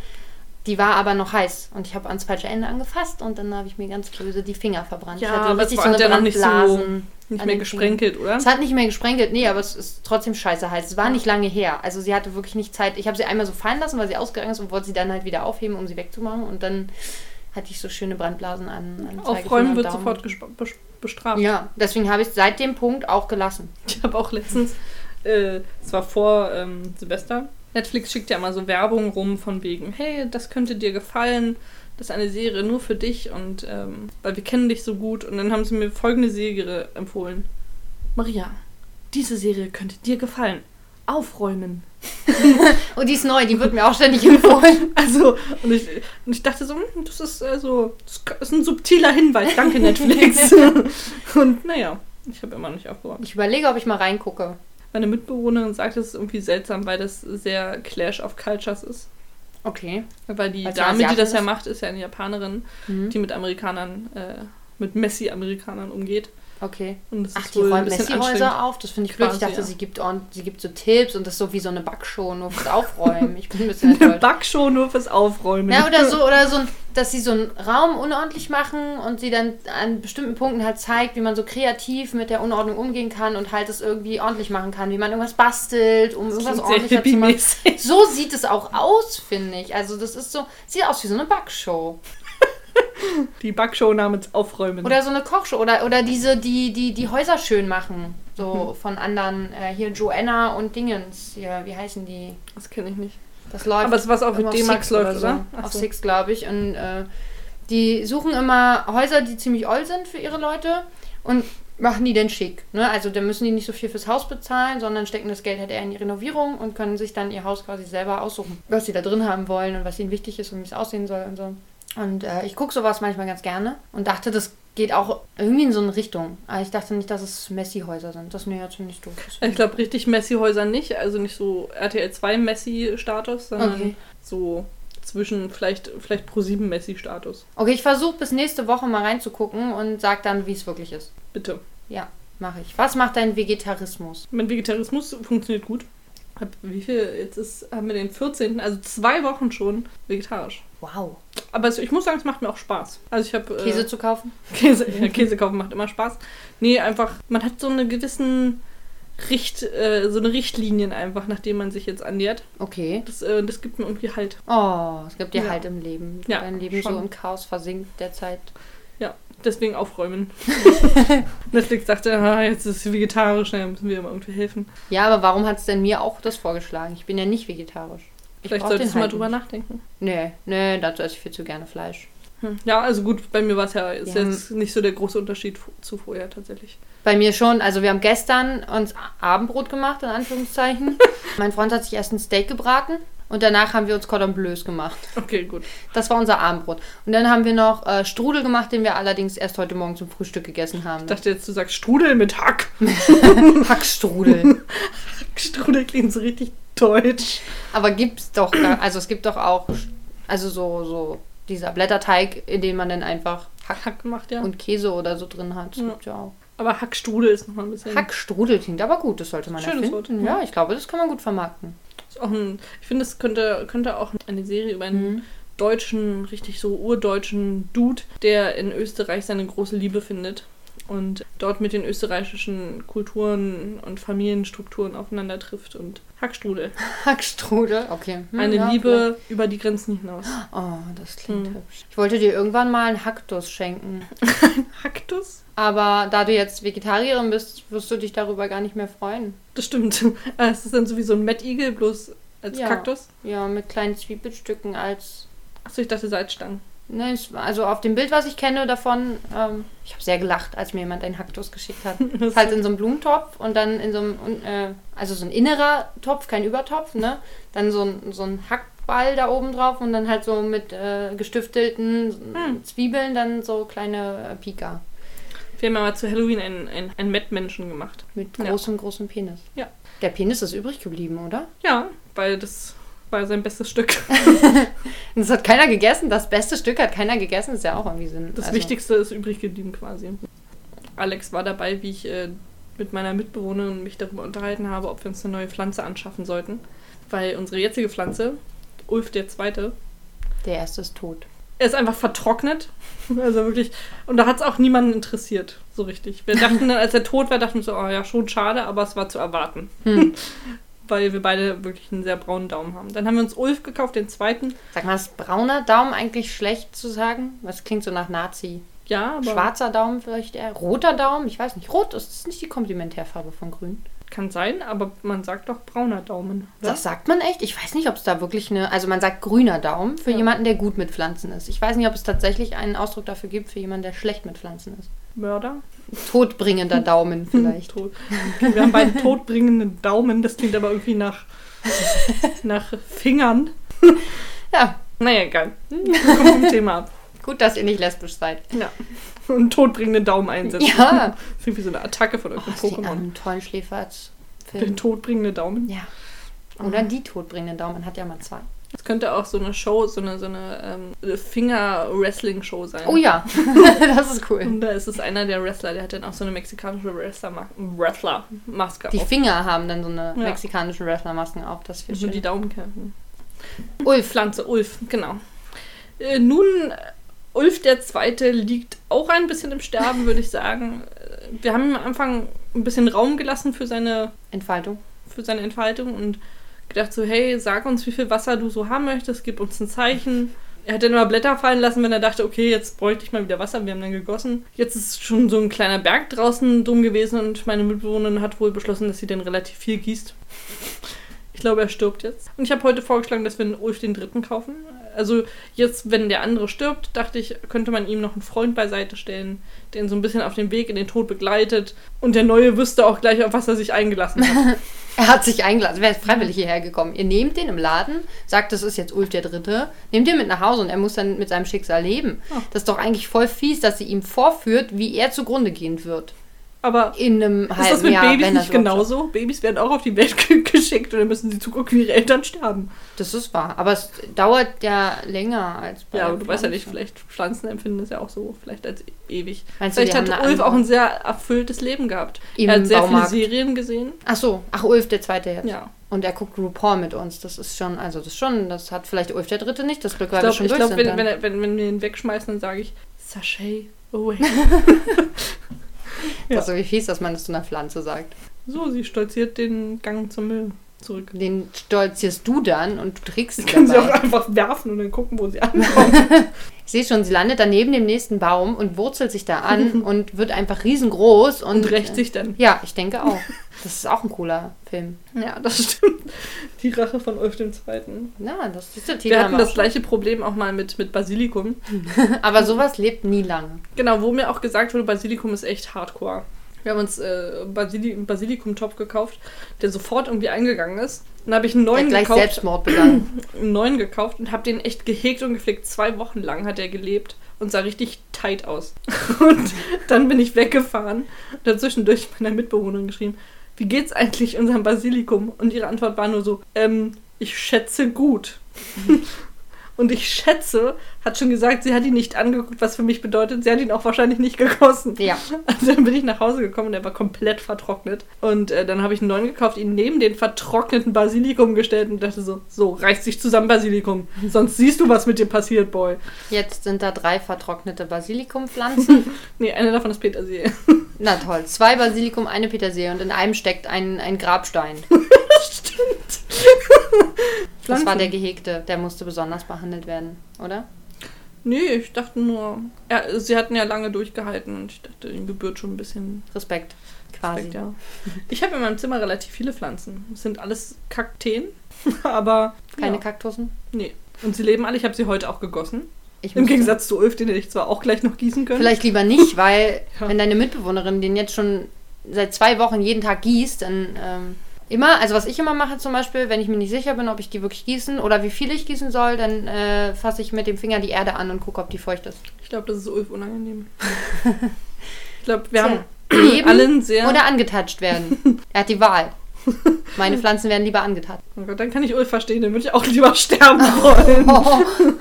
S3: Die war aber noch heiß und ich habe ans falsche Ende angefasst und dann habe ich mir ganz böse die Finger verbrannt. ich
S1: Ja,
S3: hatte
S1: aber es
S3: richtig
S1: war
S3: so eine
S1: halt ja noch nicht so.
S3: Brandblasen
S1: Nicht mehr
S3: an den Fingern.
S1: gesprenkelt, oder?
S3: Es hat nicht mehr gesprenkelt, nee, aber es ist trotzdem scheiße heiß. Es war nicht lange her. Also sie hatte wirklich nicht Zeit. Ich habe sie einmal so fallen lassen, weil sie ausgegangen ist und wollte sie dann halt wieder aufheben, um sie wegzumachen. Und dann hatte ich so schöne Brandblasen an. an Zeigefinger
S1: Aufräumen
S3: und
S1: wird
S3: Daumen.
S1: sofort gespa- bes- bestraft.
S3: Ja, deswegen habe ich es seit dem Punkt auch gelassen.
S1: Ich habe auch letztens, äh, es war vor ähm, Silvester, Netflix schickt ja immer so Werbung rum von wegen, hey, das könnte dir gefallen, das ist eine Serie nur für dich und ähm, weil wir kennen dich so gut. Und dann haben sie mir folgende Serie empfohlen. Maria, diese Serie könnte dir gefallen. Aufräumen.
S3: Oh, die ist neu, die wird mir auch ständig empfohlen.
S1: Also, und ich, und ich dachte so, hm, das ist äh, so, das ist ein subtiler Hinweis. Danke, Netflix. und naja, ich habe immer noch nicht aufgeräumt.
S3: Ich überlege, ob ich mal reingucke.
S1: Meine Mitbewohnerin sagt, es ist irgendwie seltsam, weil das sehr Clash of Cultures ist.
S3: Okay.
S1: Weil die
S3: Weil sie
S1: Dame, die das
S3: Asiatin
S1: ja
S3: ist?
S1: macht, ist ja eine Japanerin,
S3: Mhm.
S1: die mit Amerikanern, äh, mit Messi-Amerikanern umgeht.
S3: Okay.
S1: Und das
S3: Ach,
S1: ist
S3: die
S1: wohl ein
S3: räumt
S1: bisschen
S3: Messi-Häuser auf. Das finde ich blöd. ich
S1: Quasi,
S3: dachte,
S1: ja.
S3: sie, gibt on, sie gibt so Tipps und das ist so wie so eine Backshow nur fürs Aufräumen. Ich bin ein bisschen
S1: anstrengend. Eine
S3: enttäuscht.
S1: Backshow nur fürs Aufräumen.
S3: Ja, oder so, oder so, ein- dass sie so einen Raum unordentlich machen und sie dann an bestimmten Punkten halt zeigt, wie man so kreativ mit der Unordnung umgehen kann und halt es irgendwie ordentlich machen kann, wie man irgendwas bastelt, um
S1: Das
S3: irgendwas
S1: klingt sehr
S3: ordentlicher zu machen.
S1: hippie-mäßig.
S3: So sieht es auch aus, finde ich. Also das ist so, sieht aus wie so eine Backshow.
S1: Die Backshow namens Aufräumen.
S3: Oder so eine Kochshow. Oder, oder diese, die, die die Häuser schön machen.
S1: Mhm.
S3: So von anderen. Äh, hier Joanna und Dingens. Hier, wie heißen die?
S1: das kenne ich nicht.
S3: Das läuft.
S1: Aber es war's auch mit
S3: immer auf
S1: D-Max
S3: Six
S1: läuft, oder?
S3: So.
S1: Ach
S3: Auf
S1: so.
S3: Six, glaube ich. Und äh, die suchen immer Häuser, die ziemlich old sind für ihre Leute. Und machen die dann schick. Ne? Also dann müssen die nicht so viel fürs Haus bezahlen, sondern stecken das Geld halt eher in die Renovierung und können sich dann ihr Haus quasi selber aussuchen, was sie da drin haben wollen und was ihnen wichtig ist und wie es aussehen soll und so. Und äh, ich gucke sowas manchmal ganz gerne und dachte, das geht auch irgendwie in so eine Richtung. Aber ich dachte nicht, dass es Messi-Häuser sind. Das ist mir jetzt nicht doof. Das
S1: Ich glaube, richtig Messi-Häuser nicht. Also nicht so RTL 2 Messi-Status, sondern
S3: Okay.
S1: so zwischen vielleicht, vielleicht Pro 7 Messi-Status.
S3: Okay, ich versuche bis nächste Woche mal reinzugucken und sag dann, wie es wirklich ist.
S1: Bitte.
S3: Ja, mache ich. Was macht dein Vegetarismus?
S1: Mein Vegetarismus funktioniert gut. Hab, wie viel? Jetzt ist, haben wir den 14., also zwei Wochen schon vegetarisch.
S3: Wow.
S1: Aber es, ich muss sagen, es macht mir auch Spaß. Also ich habe
S3: Käse
S1: äh,
S3: zu kaufen?
S1: Käse, ja, Käse kaufen macht immer Spaß. Nee, einfach man hat so eine gewissen Richt, äh, so eine Richtlinien einfach, nachdem man sich jetzt annähert.
S3: Okay.
S1: Das, äh, das gibt mir irgendwie halt.
S3: Oh, es gibt dir
S1: Ja.
S3: halt im Leben.
S1: Ja,
S3: dein Leben so
S1: schon.
S3: im Chaos versinkt derzeit.
S1: Ja, deswegen aufräumen. Netflix dachte, ah, jetzt ist es vegetarisch, naja, müssen wir ihm irgendwie helfen.
S3: Ja, aber warum hat es denn mir auch das vorgeschlagen? Ich bin ja nicht vegetarisch. Ich
S1: Vielleicht
S3: brauch
S1: solltest
S3: den
S1: du mal
S3: halt
S1: drüber
S3: nicht.
S1: nachdenken.
S3: Nee, nee, dazu esse ich viel zu gerne Fleisch.
S1: Hm. Ja, also gut, bei mir war es ja, ist
S3: Ja.
S1: jetzt nicht so der große Unterschied fu- zu vorher tatsächlich.
S3: Bei mir schon. Also wir haben gestern uns Abendbrot gemacht, in Anführungszeichen. mein Freund hat sich erst ein Steak gebraten und danach haben wir uns Cordon Bleus gemacht.
S1: Okay, gut.
S3: Das war unser Abendbrot. Und dann haben wir noch äh, Strudel gemacht, den wir allerdings erst heute Morgen zum Frühstück gegessen haben.
S1: Ich dachte jetzt, du sagst Strudel mit Hack.
S3: Hackstrudel.
S1: Strudel klingt so richtig deutsch.
S3: Aber gibt's doch, gar- also es gibt doch auch, also so, so dieser Blätterteig, in dem man dann einfach
S1: Hack, Hack gemacht, ja.
S3: und Käse oder so drin hat. Das
S1: Ja.
S3: gibt's ja auch.
S1: Aber Hackstrudel ist nochmal ein bisschen.
S3: Hackstrudel klingt aber gut, das sollte man
S1: Schönes
S3: Schönes
S1: Wort,
S3: erfinden.
S1: ja.
S3: Ja, ich glaube, das kann man gut vermarkten.
S1: Ist auch ein, ich finde, es könnte, könnte auch eine Serie über einen deutschen, richtig so urdeutschen Dude, der in Österreich seine große Liebe findet. und dort mit den österreichischen Kulturen und Familienstrukturen aufeinander trifft und Hackstrudel.
S3: Hackstrudel, okay. Hm,
S1: Eine
S3: ja,
S1: Liebe Hm. über die Grenzen hinaus.
S3: vielleicht. Oh, das klingt hübsch. Ich wollte dir irgendwann mal einen Hacktus schenken.
S1: Hacktus?
S3: Aber da du jetzt Vegetarierin bist, wirst du dich darüber gar nicht mehr freuen.
S1: Das stimmt. Ah, Es ist dann sowieso ein Mettigel, bloß als
S3: Ja.
S1: Kaktus.
S3: Ja, mit kleinen Zwiebelstücken als.
S1: Achso, ich dachte Salzstangen.
S3: Ne, es- also auf dem Bild, was ich kenne davon, ähm, ich habe sehr gelacht, als mir jemand einen Hacktus geschickt hat. ist halt in so einem Blumentopf und dann in so einem, un- äh, also so ein innerer Topf, kein Übertopf, ne? Dann so ein, so ein Hackball da oben drauf und dann halt so mit äh, gestiftelten
S1: Hm.
S3: Zwiebeln dann so kleine äh, Pika
S1: Wir haben ja mal zu Halloween einen, einen, einen Mettmenschen gemacht.
S3: mit
S1: Ja.
S3: großem, großem Penis.
S1: Ja.
S3: Der Penis ist übrig geblieben, oder?
S1: Ja, weil das war sein bestes Stück.
S3: Das hat keiner gegessen. Das beste Stück hat keiner gegessen. Ist ja auch irgendwie Sinn.
S1: Das
S3: also-
S1: Wichtigste ist übrig geblieben quasi. Alex war dabei, wie ich äh, mit meiner Mitbewohnerin mich darüber unterhalten habe, ob wir uns eine neue Pflanze anschaffen sollten. Weil unsere jetzige Pflanze, Ulf der Zweite,
S3: Der erste ist tot.
S1: er ist einfach vertrocknet. Also wirklich. Und da hat es auch niemanden interessiert, so richtig. Wir dachten dann, als er tot war, dachten wir so, oh ja, schon schade, aber es war zu erwarten.
S3: Hm.
S1: Weil wir beide wirklich einen sehr braunen Daumen haben. Dann haben wir uns Ulf gekauft, den zweiten.
S3: Sag mal, ist brauner Daumen eigentlich schlecht zu sagen? Was klingt so nach Nazi?
S1: Ja, aber
S3: Schwarzer Daumen vielleicht eher? Roter Daumen? Ich weiß nicht. Rot ist, ist nicht die Komplementärfarbe von Grün.
S1: kann sein, aber man sagt doch brauner Daumen. oder?
S3: Das sagt man echt. Ich weiß nicht, ob es da wirklich eine. Also man sagt grüner Daumen für
S1: Ja.
S3: jemanden, der gut mit Pflanzen ist. Ich weiß nicht, ob es tatsächlich einen Ausdruck dafür gibt für jemanden, der schlecht mit Pflanzen ist.
S1: Mörder?
S3: Todbringender Daumen vielleicht.
S1: Tod. Okay, wir haben beide todbringenden Daumen, das klingt aber irgendwie nach, nach Fingern.
S3: ja,
S1: Naja, egal. Kommt vom Thema ab.
S3: gut, dass ihr nicht lesbisch seid.
S1: Ja. Und todbringenden Daumen einsetzen.
S3: Ja.
S1: Das ist irgendwie so eine Attacke von
S3: Oh,
S1: irgendeinem
S3: ist die
S1: Pokémon.
S3: armen, tollen Schläfer als
S1: Der
S3: Film.
S1: todbringende Daumen.
S3: Ja. Oder die todbringenden Daumen. Man hat ja mal zwei.
S1: Das könnte auch so eine Show, so eine, so eine ähm, Finger-Wrestling-Show sein.
S3: Oh ja, das ist cool.
S1: Und da ist es einer der Wrestler, der hat dann auch so eine mexikanische Wrestler-Ma- Wrestler-Maske
S3: Die
S1: auf.
S3: Finger haben dann so eine
S1: Ja.
S3: mexikanische Wrestlermasken auf. Das
S1: Und
S3: ist
S1: nur die
S3: schön.
S1: Daumen kämpfen.
S3: Ulf,
S1: Pflanze, Ulf, genau. Äh, nun, äh, Ulf der Zweite liegt auch ein bisschen im Sterben, würde ich sagen. Äh, Wir haben ihm am Anfang ein bisschen Raum gelassen für seine,
S3: Entfaltung.
S1: für seine Entfaltung und gedacht so, hey, sag uns, wie viel Wasser du so haben möchtest, gib uns ein Zeichen. Er hat dann immer Blätter fallen lassen, wenn er dachte, okay, jetzt bräuchte ich mal wieder Wasser. Wir haben dann gegossen. Jetzt ist schon so ein kleiner Berg draußen dumm gewesen und meine Mitbewohnerin hat wohl beschlossen, dass sie dann relativ viel gießt. Ich glaube, er stirbt jetzt. Und ich habe heute vorgeschlagen, dass wir einen Ulf den Dritten kaufen. Also jetzt, wenn der andere stirbt, dachte ich, könnte man ihm noch einen Freund beiseite stellen, der ihn so ein bisschen auf dem Weg in den Tod begleitet. Und der Neue wüsste auch gleich, auf was er sich eingelassen hat.
S3: Er hat sich eingeladen. Wer ist freiwillig hierher gekommen? Ihr nehmt den im Laden, sagt, das ist jetzt Ulf der Dritte, nehmt den mit nach Hause und er muss dann mit seinem Schicksal leben.
S1: Ja.
S3: Das ist doch eigentlich voll fies, dass sie ihm vorführt, wie er zugrunde gehen wird.
S1: Aber
S3: In einem halben
S1: ist das mit
S3: Jahr.
S1: Babys
S3: wenn das
S1: nicht
S3: überhaupt so-
S1: genauso? Babys werden auch auf die Welt ge- geschickt und dann müssen sie zugucken, wie ihre Eltern sterben.
S3: Das ist wahr. Aber es dauert ja länger als bei
S1: Ja, aber
S3: der
S1: du weißt ja nicht,
S3: Pflanze.
S1: vielleicht Pflanzen empfinden das ja auch so, vielleicht als e- ewig.
S3: Meinst du, die
S1: vielleicht
S3: haben
S1: hat
S3: eine
S1: Ulf auch
S3: andere-
S1: ein sehr erfülltes Leben gehabt.
S3: Im
S1: er hat sehr
S3: Baumarkt.
S1: viele Serien gesehen.
S3: Ach so, ach Ulf der Zweite jetzt.
S1: Ja.
S3: Und er guckt RuPaul mit uns. Das ist schon, also das ist schon, das hat vielleicht Ulf der Dritte nicht. Das Glück, weil wir
S1: Ich
S3: schon
S1: glaube,
S3: durch
S1: glaub,
S3: sind.
S1: wenn,
S3: dann.
S1: wenn, er- wenn, wenn wir ihn wegschmeißen, dann sage ich, oh Sachet away. ja.
S3: Das ist so wie fies, dass man das zu einer Pflanze sagt.
S1: So, sie stolziert den Gang zum Müll zurück.
S3: Den stolzierst du dann und du trägst ihn
S1: Das können sie auch
S3: dabei.
S1: einfach werfen und dann gucken, wo sie ankommen.
S3: Ich sehe schon, sie landet dann neben dem nächsten Baum und wurzelt sich da an und wird einfach riesengroß und, äh,
S1: und rächt sich dann.
S3: Ja, ich denke auch. Das ist auch ein cooler Film.
S1: Ja, das stimmt. Die Rache von Ulf dem Zweiten.
S3: Ja, das ist der Titel.
S1: Wir
S3: haben
S1: hatten
S3: wir
S1: das
S3: auch
S1: gleiche Problem auch mal mit, mit Basilikum.
S3: schon. Aber sowas lebt nie lange.
S1: Genau, wo mir auch gesagt wurde, Basilikum ist echt hardcore. Wir haben uns äh, Basili einen Basilikum-Topf gekauft, der sofort irgendwie eingegangen ist. Dann habe ich einen
S3: Er hat
S1: neuen
S3: gleich
S1: gekauft,
S3: Selbstmord begangen.
S1: einen neuen gekauft und habe den echt gehegt und gepflegt. Zwei Wochen lang hat er gelebt und sah richtig tight aus. Und dann bin ich weggefahren und dann zwischendurch meiner Mitbewohnerin geschrieben, wie geht's eigentlich unserem Basilikum? Und ihre Antwort war nur so, ähm, ich schätze gut. Und ich schätze, hat schon gesagt, sie hat ihn nicht angeguckt, was für mich bedeutet, sie hat ihn auch wahrscheinlich nicht gegossen.
S3: Ja.
S1: Also dann bin ich nach Hause gekommen und er war komplett vertrocknet. Und äh, dann habe ich einen neuen gekauft, ihn neben den vertrockneten Basilikum gestellt und dachte so, so, reißt sich zusammen Basilikum. Sonst siehst du, was mit dir passiert, Boy.
S3: Jetzt sind da drei vertrocknete Basilikumpflanzen.
S1: Nee, eine davon ist Petersilie.
S3: Na toll, zwei Basilikum, eine Petersilie und in einem steckt ein, ein Grabstein.
S1: Stimmt.
S3: Das war
S1: Pflanzen.
S3: der Gehegte, der musste besonders behandelt werden, oder?
S1: Nee, ich dachte nur, ja, sie hatten ja lange durchgehalten und ich dachte, ihnen gebührt schon ein bisschen
S3: Respekt, quasi.
S1: Respekt, ja. Ich habe in meinem Zimmer relativ viele Pflanzen. Es sind alles Kakteen, aber
S3: Keine
S1: ja,
S3: Kaktussen?
S1: nee. Und sie leben alle. Ich habe sie heute auch gegossen.
S3: Ich
S1: Im
S3: muss-
S1: Gegensatz zu Ulf, den hätte ich zwar auch gleich noch gießen können.
S3: Vielleicht lieber nicht, weil
S1: Ja.
S3: wenn deine Mitbewohnerin den jetzt schon seit zwei Wochen jeden Tag gießt, dann ähm, immer, also was ich immer mache zum Beispiel, wenn ich mir nicht sicher bin, ob ich die wirklich gießen oder wie viel ich gießen soll, dann äh, fasse ich mit dem Finger die Erde an und gucke, ob die feucht ist.
S1: Ich glaube, das ist Ulf unangenehm. ich glaube, wir haben
S3: Leben
S1: allen sehr.
S3: oder angetatscht werden. er hat die Wahl. Meine Pflanzen werden lieber angetatscht.
S1: oh Gott, dann kann ich Ulf verstehen, dann würde ich auch lieber sterben wollen.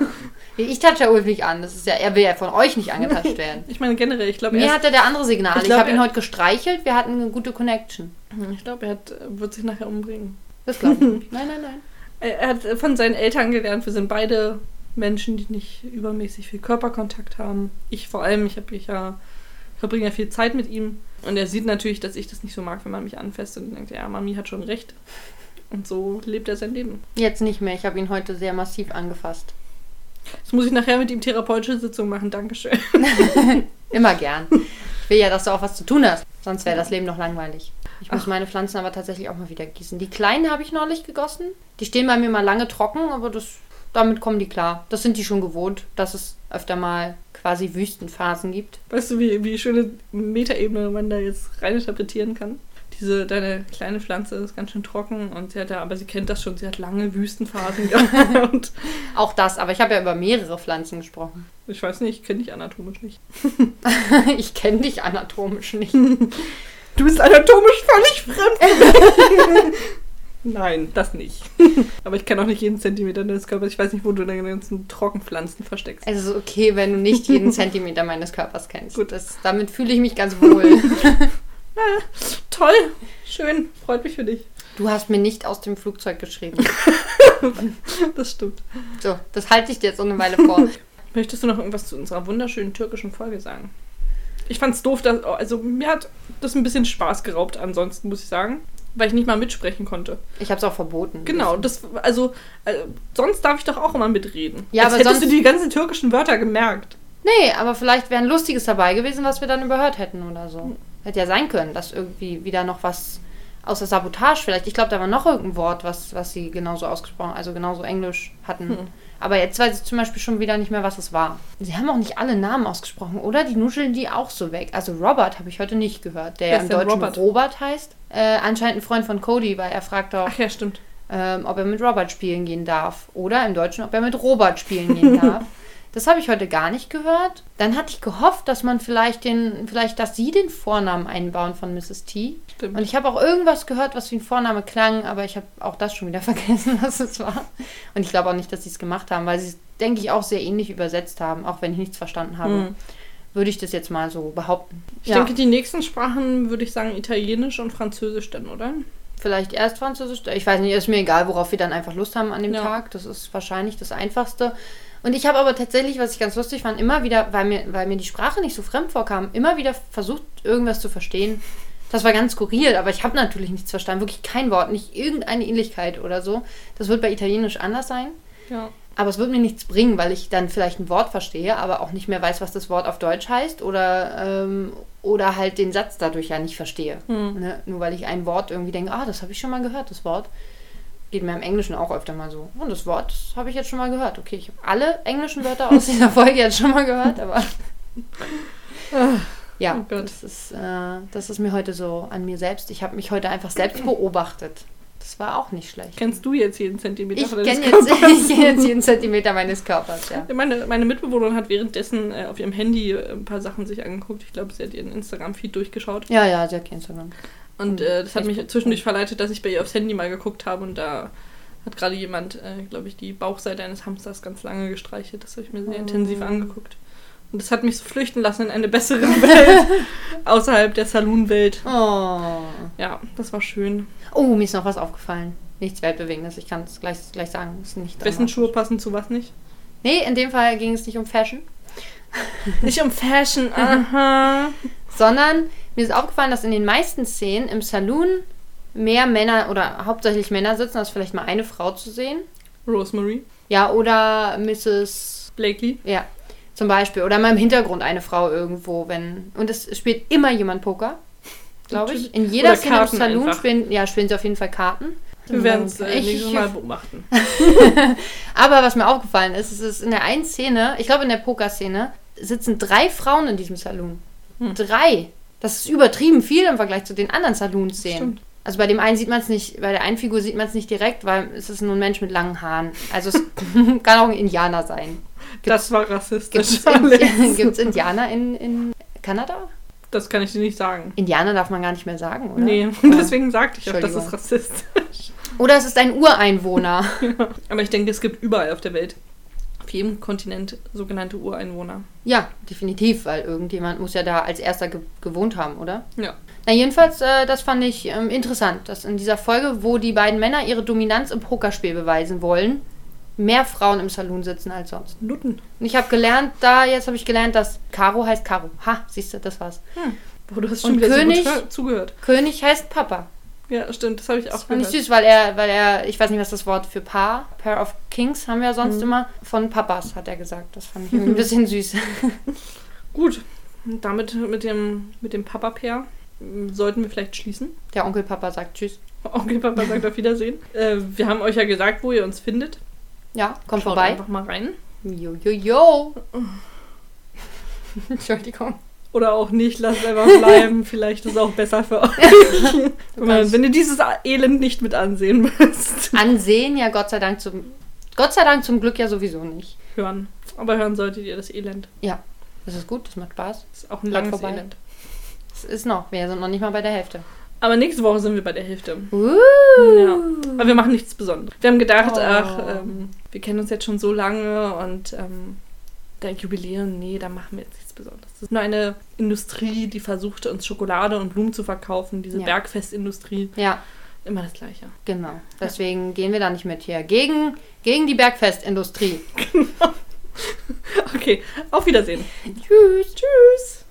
S3: Oh. Ich tatsche ja Ulf nicht an. Das ist ja, er will ja von euch nicht angetatscht werden.
S1: Ich meine generell, ich glaube,
S3: Mir
S1: er, ist-
S3: hatte der andere Signal.
S1: Ich
S3: Ich,
S1: glaub,
S3: habe ihn
S1: er-
S3: heute gestreichelt. Wir hatten eine gute Connection.
S1: ich glaub, er hat, äh, wird sich nachher umbringen.
S3: Das glaube ich nicht. Nein, nein, nein.
S1: Er er hat äh, von seinen Eltern gelernt, wir sind beide Menschen, die nicht übermäßig viel Körperkontakt haben. Ich vor allem, ich habe ja, ich verbringe ja viel Zeit mit ihm. Und er sieht natürlich, dass ich das nicht so mag, wenn man mich anfasst und denkt, ja, Mami hat schon recht. Und so lebt er sein Leben.
S3: Jetzt nicht mehr. Ich habe ihn heute sehr massiv angefasst.
S1: Jetzt muss ich nachher mit ihm therapeutische Sitzung machen, Dankeschön.
S3: Immer gern. Ich will ja, dass du auch was zu tun hast. Sonst wäre das Leben noch langweilig. Ich muss
S1: Ach.
S3: meine Pflanzen aber tatsächlich auch mal wieder gießen. Die kleinen habe ich neulich gegossen. Die stehen bei mir mal lange trocken, aber das, damit kommen die klar. Das sind die schon gewohnt, dass es öfter mal quasi Wüstenphasen gibt.
S1: Weißt du, wie, wie schöne Metaebene man da jetzt rein interpretieren kann? Diese, deine kleine Pflanze ist ganz schön trocken und sie hat ja, aber sie kennt das schon, sie hat lange Wüstenphasen gehabt.
S3: Auch das, aber ich habe ja über mehrere Pflanzen gesprochen.
S1: Ich weiß nicht, ich kenne dich anatomisch nicht.
S3: Ich kenne dich anatomisch nicht.
S1: Du bist anatomisch völlig fremd. für mich. Nein, das nicht. Aber ich kenne auch nicht jeden Zentimeter deines Körpers. Ich weiß nicht, wo du deine ganzen Trockenpflanzen versteckst.
S3: Es ist okay, wenn du nicht jeden Zentimeter meines Körpers kennst.
S1: Gut.
S3: Das, damit fühle ich mich ganz wohl.
S1: Toll, schön, freut mich für dich.
S3: Du hast mir nicht aus dem Flugzeug geschrieben.
S1: Das stimmt.
S3: So, das halte ich dir jetzt so eine Weile vor.
S1: Möchtest du noch irgendwas zu unserer wunderschönen türkischen Folge sagen? Ich fand's doof, dass, also mir hat das ein bisschen Spaß geraubt ansonsten, muss ich sagen, weil ich nicht mal mitsprechen konnte.
S3: Ich habe es auch verboten.
S1: Genau, das, also, äh, sonst darf ich doch auch immer mitreden.
S3: Ja,
S1: Als
S3: aber
S1: hättest
S3: sonst-
S1: du die ganzen türkischen Wörter gemerkt.
S3: Nee, aber vielleicht wäre ein lustiges dabei gewesen, was wir dann überhört hätten oder so. Hätte ja sein können, dass irgendwie wieder noch was außer Sabotage vielleicht. Ich glaube, da war noch irgendein Wort, was, was sie genauso ausgesprochen, also genauso Englisch hatten.
S1: Hm.
S3: Aber jetzt weiß ich zum Beispiel schon wieder nicht mehr, was es war. Sie haben auch nicht alle Namen ausgesprochen, oder? Die nuscheln die auch so weg. Also Robert habe ich heute nicht gehört, der
S1: Wer
S3: ja
S1: ist
S3: im
S1: denn
S3: Deutschen
S1: Robert?
S3: Robert, heißt. Äh, anscheinend ein Freund von Cody, weil er fragt auch,
S1: Ach ja, stimmt.
S3: ähm, ob er mit Robert spielen gehen darf. Oder im Deutschen, ob er mit Robert spielen gehen darf. Das habe ich heute gar nicht gehört. Dann hatte ich gehofft, dass man vielleicht den, vielleicht, dass sie den Vornamen einbauen von Mrs. T.
S1: Stimmt.
S3: Und ich habe auch irgendwas gehört, was wie ein Vorname klang, aber ich habe auch das schon wieder vergessen, was es war. Und ich glaube auch nicht, dass sie es gemacht haben, weil sie es, denke ich, auch sehr ähnlich übersetzt haben, auch wenn ich nichts verstanden habe.
S1: Mhm.
S3: Würde ich das jetzt mal so behaupten.
S1: Ich denke, die nächsten Sprachen würde ich sagen Italienisch und Französisch dann, oder?
S3: Vielleicht erst Französisch. Ich weiß nicht, ist mir egal, worauf wir dann einfach Lust haben an dem
S1: Ja.
S3: Tag. Das ist wahrscheinlich das Einfachste. Und ich habe aber tatsächlich, was ich ganz lustig fand, immer wieder, weil mir, weil mir die Sprache nicht so fremd vorkam, immer wieder versucht, irgendwas zu verstehen. Das war ganz skurril, aber ich habe natürlich nichts verstanden. Wirklich kein Wort, nicht irgendeine Ähnlichkeit oder so. Das wird bei Italienisch anders sein.
S1: Ja.
S3: Aber es wird mir nichts bringen, weil ich dann vielleicht ein Wort verstehe, aber auch nicht mehr weiß, was das Wort auf Deutsch heißt oder, ähm, oder halt den Satz dadurch ja nicht verstehe. Ne? Nur weil ich ein Wort irgendwie denke, ah, das habe ich schon mal gehört, das Wort. Geht mir im Englischen auch öfter mal so. Und das Wort das habe ich jetzt schon mal gehört. Okay, ich habe alle englischen Wörter aus dieser Folge jetzt schon mal gehört, aber.
S1: Oh
S3: ja,
S1: Gott.
S3: das ist, äh, das ist mir heute so an mir selbst. Ich habe mich heute einfach selbst beobachtet. Das war auch nicht schlecht.
S1: Kennst du jetzt jeden Zentimeter
S3: Ich
S1: von
S3: kenne
S1: deines
S3: jetzt,
S1: Körpers?
S3: ich kenn jetzt jeden Zentimeter meines Körpers, ja.
S1: Meine, meine Mitbewohnerin hat währenddessen äh, auf ihrem Handy äh, ein paar Sachen sich angeguckt. Ich glaube, sie hat ihren Instagram-Feed durchgeschaut.
S3: Ja, ja, sie hat kein Instagram.
S1: Und äh, das hat mich zwischendurch verleitet, dass ich bei ihr aufs Handy mal geguckt habe und da Hat gerade jemand, äh, glaube ich, die Bauchseite eines Hamsters ganz lange gestreichelt. Das habe ich mir
S3: Oh.
S1: sehr intensiv angeguckt. Und das hat mich so flüchten lassen in eine bessere Welt außerhalb der Saloon-Welt.
S3: Oh.
S1: Ja, das war schön.
S3: oh, mir ist noch was aufgefallen. Nichts Weltbewegendes, ich kann es gleich, gleich sagen. Ist nicht
S1: Wessen
S3: dramatisch.
S1: Schuhe passen zu was nicht?
S3: Nee, in dem Fall ging es nicht um Fashion,
S1: Nicht um Fashion, aha.
S3: sondern mir ist aufgefallen, dass in den meisten Szenen im Saloon mehr Männer oder hauptsächlich Männer sitzen, als vielleicht mal eine Frau zu sehen.
S1: Rosemary,
S3: Ja, oder Mrs.
S1: Blakely.
S3: Ja, zum Beispiel. Oder mal im Hintergrund eine Frau irgendwo, wenn. Und es spielt immer jemand Poker, glaube ich. In jeder
S1: Oder
S3: Szene im
S1: Karten
S3: Saloon
S1: einfach.
S3: spielen, ja, spielen sie auf jeden Fall Karten.
S1: Wir werden es äh,
S3: Ich-
S1: nächstes Mal beobachten.
S3: Aber was mir aufgefallen ist, es ist in der einen Szene, ich glaube in der Pokerszene, sitzen drei Frauen in diesem Saloon.
S1: Hm.
S3: Drei. Das ist übertrieben viel im Vergleich zu den anderen Saloon-Szenen.
S1: Stimmt.
S3: Also bei dem einen sieht man es nicht, bei der einen Figur sieht man es nicht direkt, weil es ist nur ein Mensch mit langen Haaren. Also es kann auch ein Indianer sein.
S1: Das war rassistisch.
S3: Gibt es Indianer in, in Kanada?
S1: Das kann ich dir nicht sagen.
S3: Indianer darf man gar nicht mehr sagen, oder?
S1: Nee,
S3: Ja.
S1: deswegen sagte ich auch, das ist
S3: Entschuldigung.
S1: rassistisch.
S3: Oder es ist ein Ureinwohner.
S1: Aber ich denke, es gibt überall auf der Welt, auf jedem Kontinent, sogenannte Ureinwohner.
S3: ja, definitiv, weil irgendjemand muss ja da als erster ge gewohnt haben, oder?
S1: Ja.
S3: Na, jedenfalls, äh, das fand ich ähm, interessant, dass in dieser Folge, wo die beiden Männer ihre Dominanz im Pokerspiel beweisen wollen, mehr Frauen im Saloon sitzen als sonst.
S1: Nutten.
S3: Und ich habe gelernt, da, jetzt habe ich gelernt, dass Karo heißt Karo. Ha, siehst du, das war's.
S1: Hm. Boah, du hast schon
S3: Und
S1: wieder
S3: König?
S1: so gut hör- zugehört.
S3: König heißt Papa.
S1: Ja, stimmt, das habe ich auch
S3: Das fand ich
S1: gehört.
S3: süß, weil er, weil er, ich weiß nicht, was das Wort für Paar, Pair of Kings haben wir ja sonst immer, von Papas, hat er gesagt. Das fand ich irgendwie ein bisschen süß.
S1: Gut, und damit mit dem, mit dem Papa-Pair ähm, sollten wir vielleicht schließen.
S3: Der Onkel Papa sagt Tschüss.
S1: Okay, Papa sagt auf Wiedersehen. Äh, wir haben euch ja gesagt, wo ihr uns findet.
S3: Ja, kommt
S1: Schaut
S3: vorbei.
S1: einfach mal rein.
S3: Jo, jo, jo. Entschuldigung.
S1: Oder auch nicht, lasst einfach bleiben. Vielleicht ist es auch besser für euch. wenn, man, wenn ihr dieses Elend nicht mit ansehen müsst.
S3: Ansehen ja Gott sei Dank zum Gott sei Dank zum Glück ja sowieso nicht.
S1: Hören. Aber hören solltet ihr das Elend.
S3: Ja, das ist gut, das macht Spaß.
S1: Ist auch ein
S3: Bleibt
S1: langes
S3: vorbei.
S1: Elend.
S3: Es ist noch, wir sind noch nicht mal bei der Hälfte.
S1: Aber nächste Woche sind wir bei der Hälfte.
S3: Uh.
S1: Ja. Aber wir machen nichts Besonderes. Wir haben gedacht,
S3: Oh.
S1: ach, ähm, wir kennen uns jetzt schon so lange und ähm, der Jubiläum, nee, da machen wir jetzt nichts Besonderes. Das ist nur eine Industrie, die versuchte, uns Schokolade und Blumen zu verkaufen. Diese
S3: Ja.
S1: Bergfestindustrie,
S3: Ja,
S1: immer das Gleiche.
S3: genau. Deswegen gehen wir da nicht mit hier. Gegen, gegen die Bergfestindustrie.
S1: Okay, auf Wiedersehen.
S3: Tschüss. Tschüss.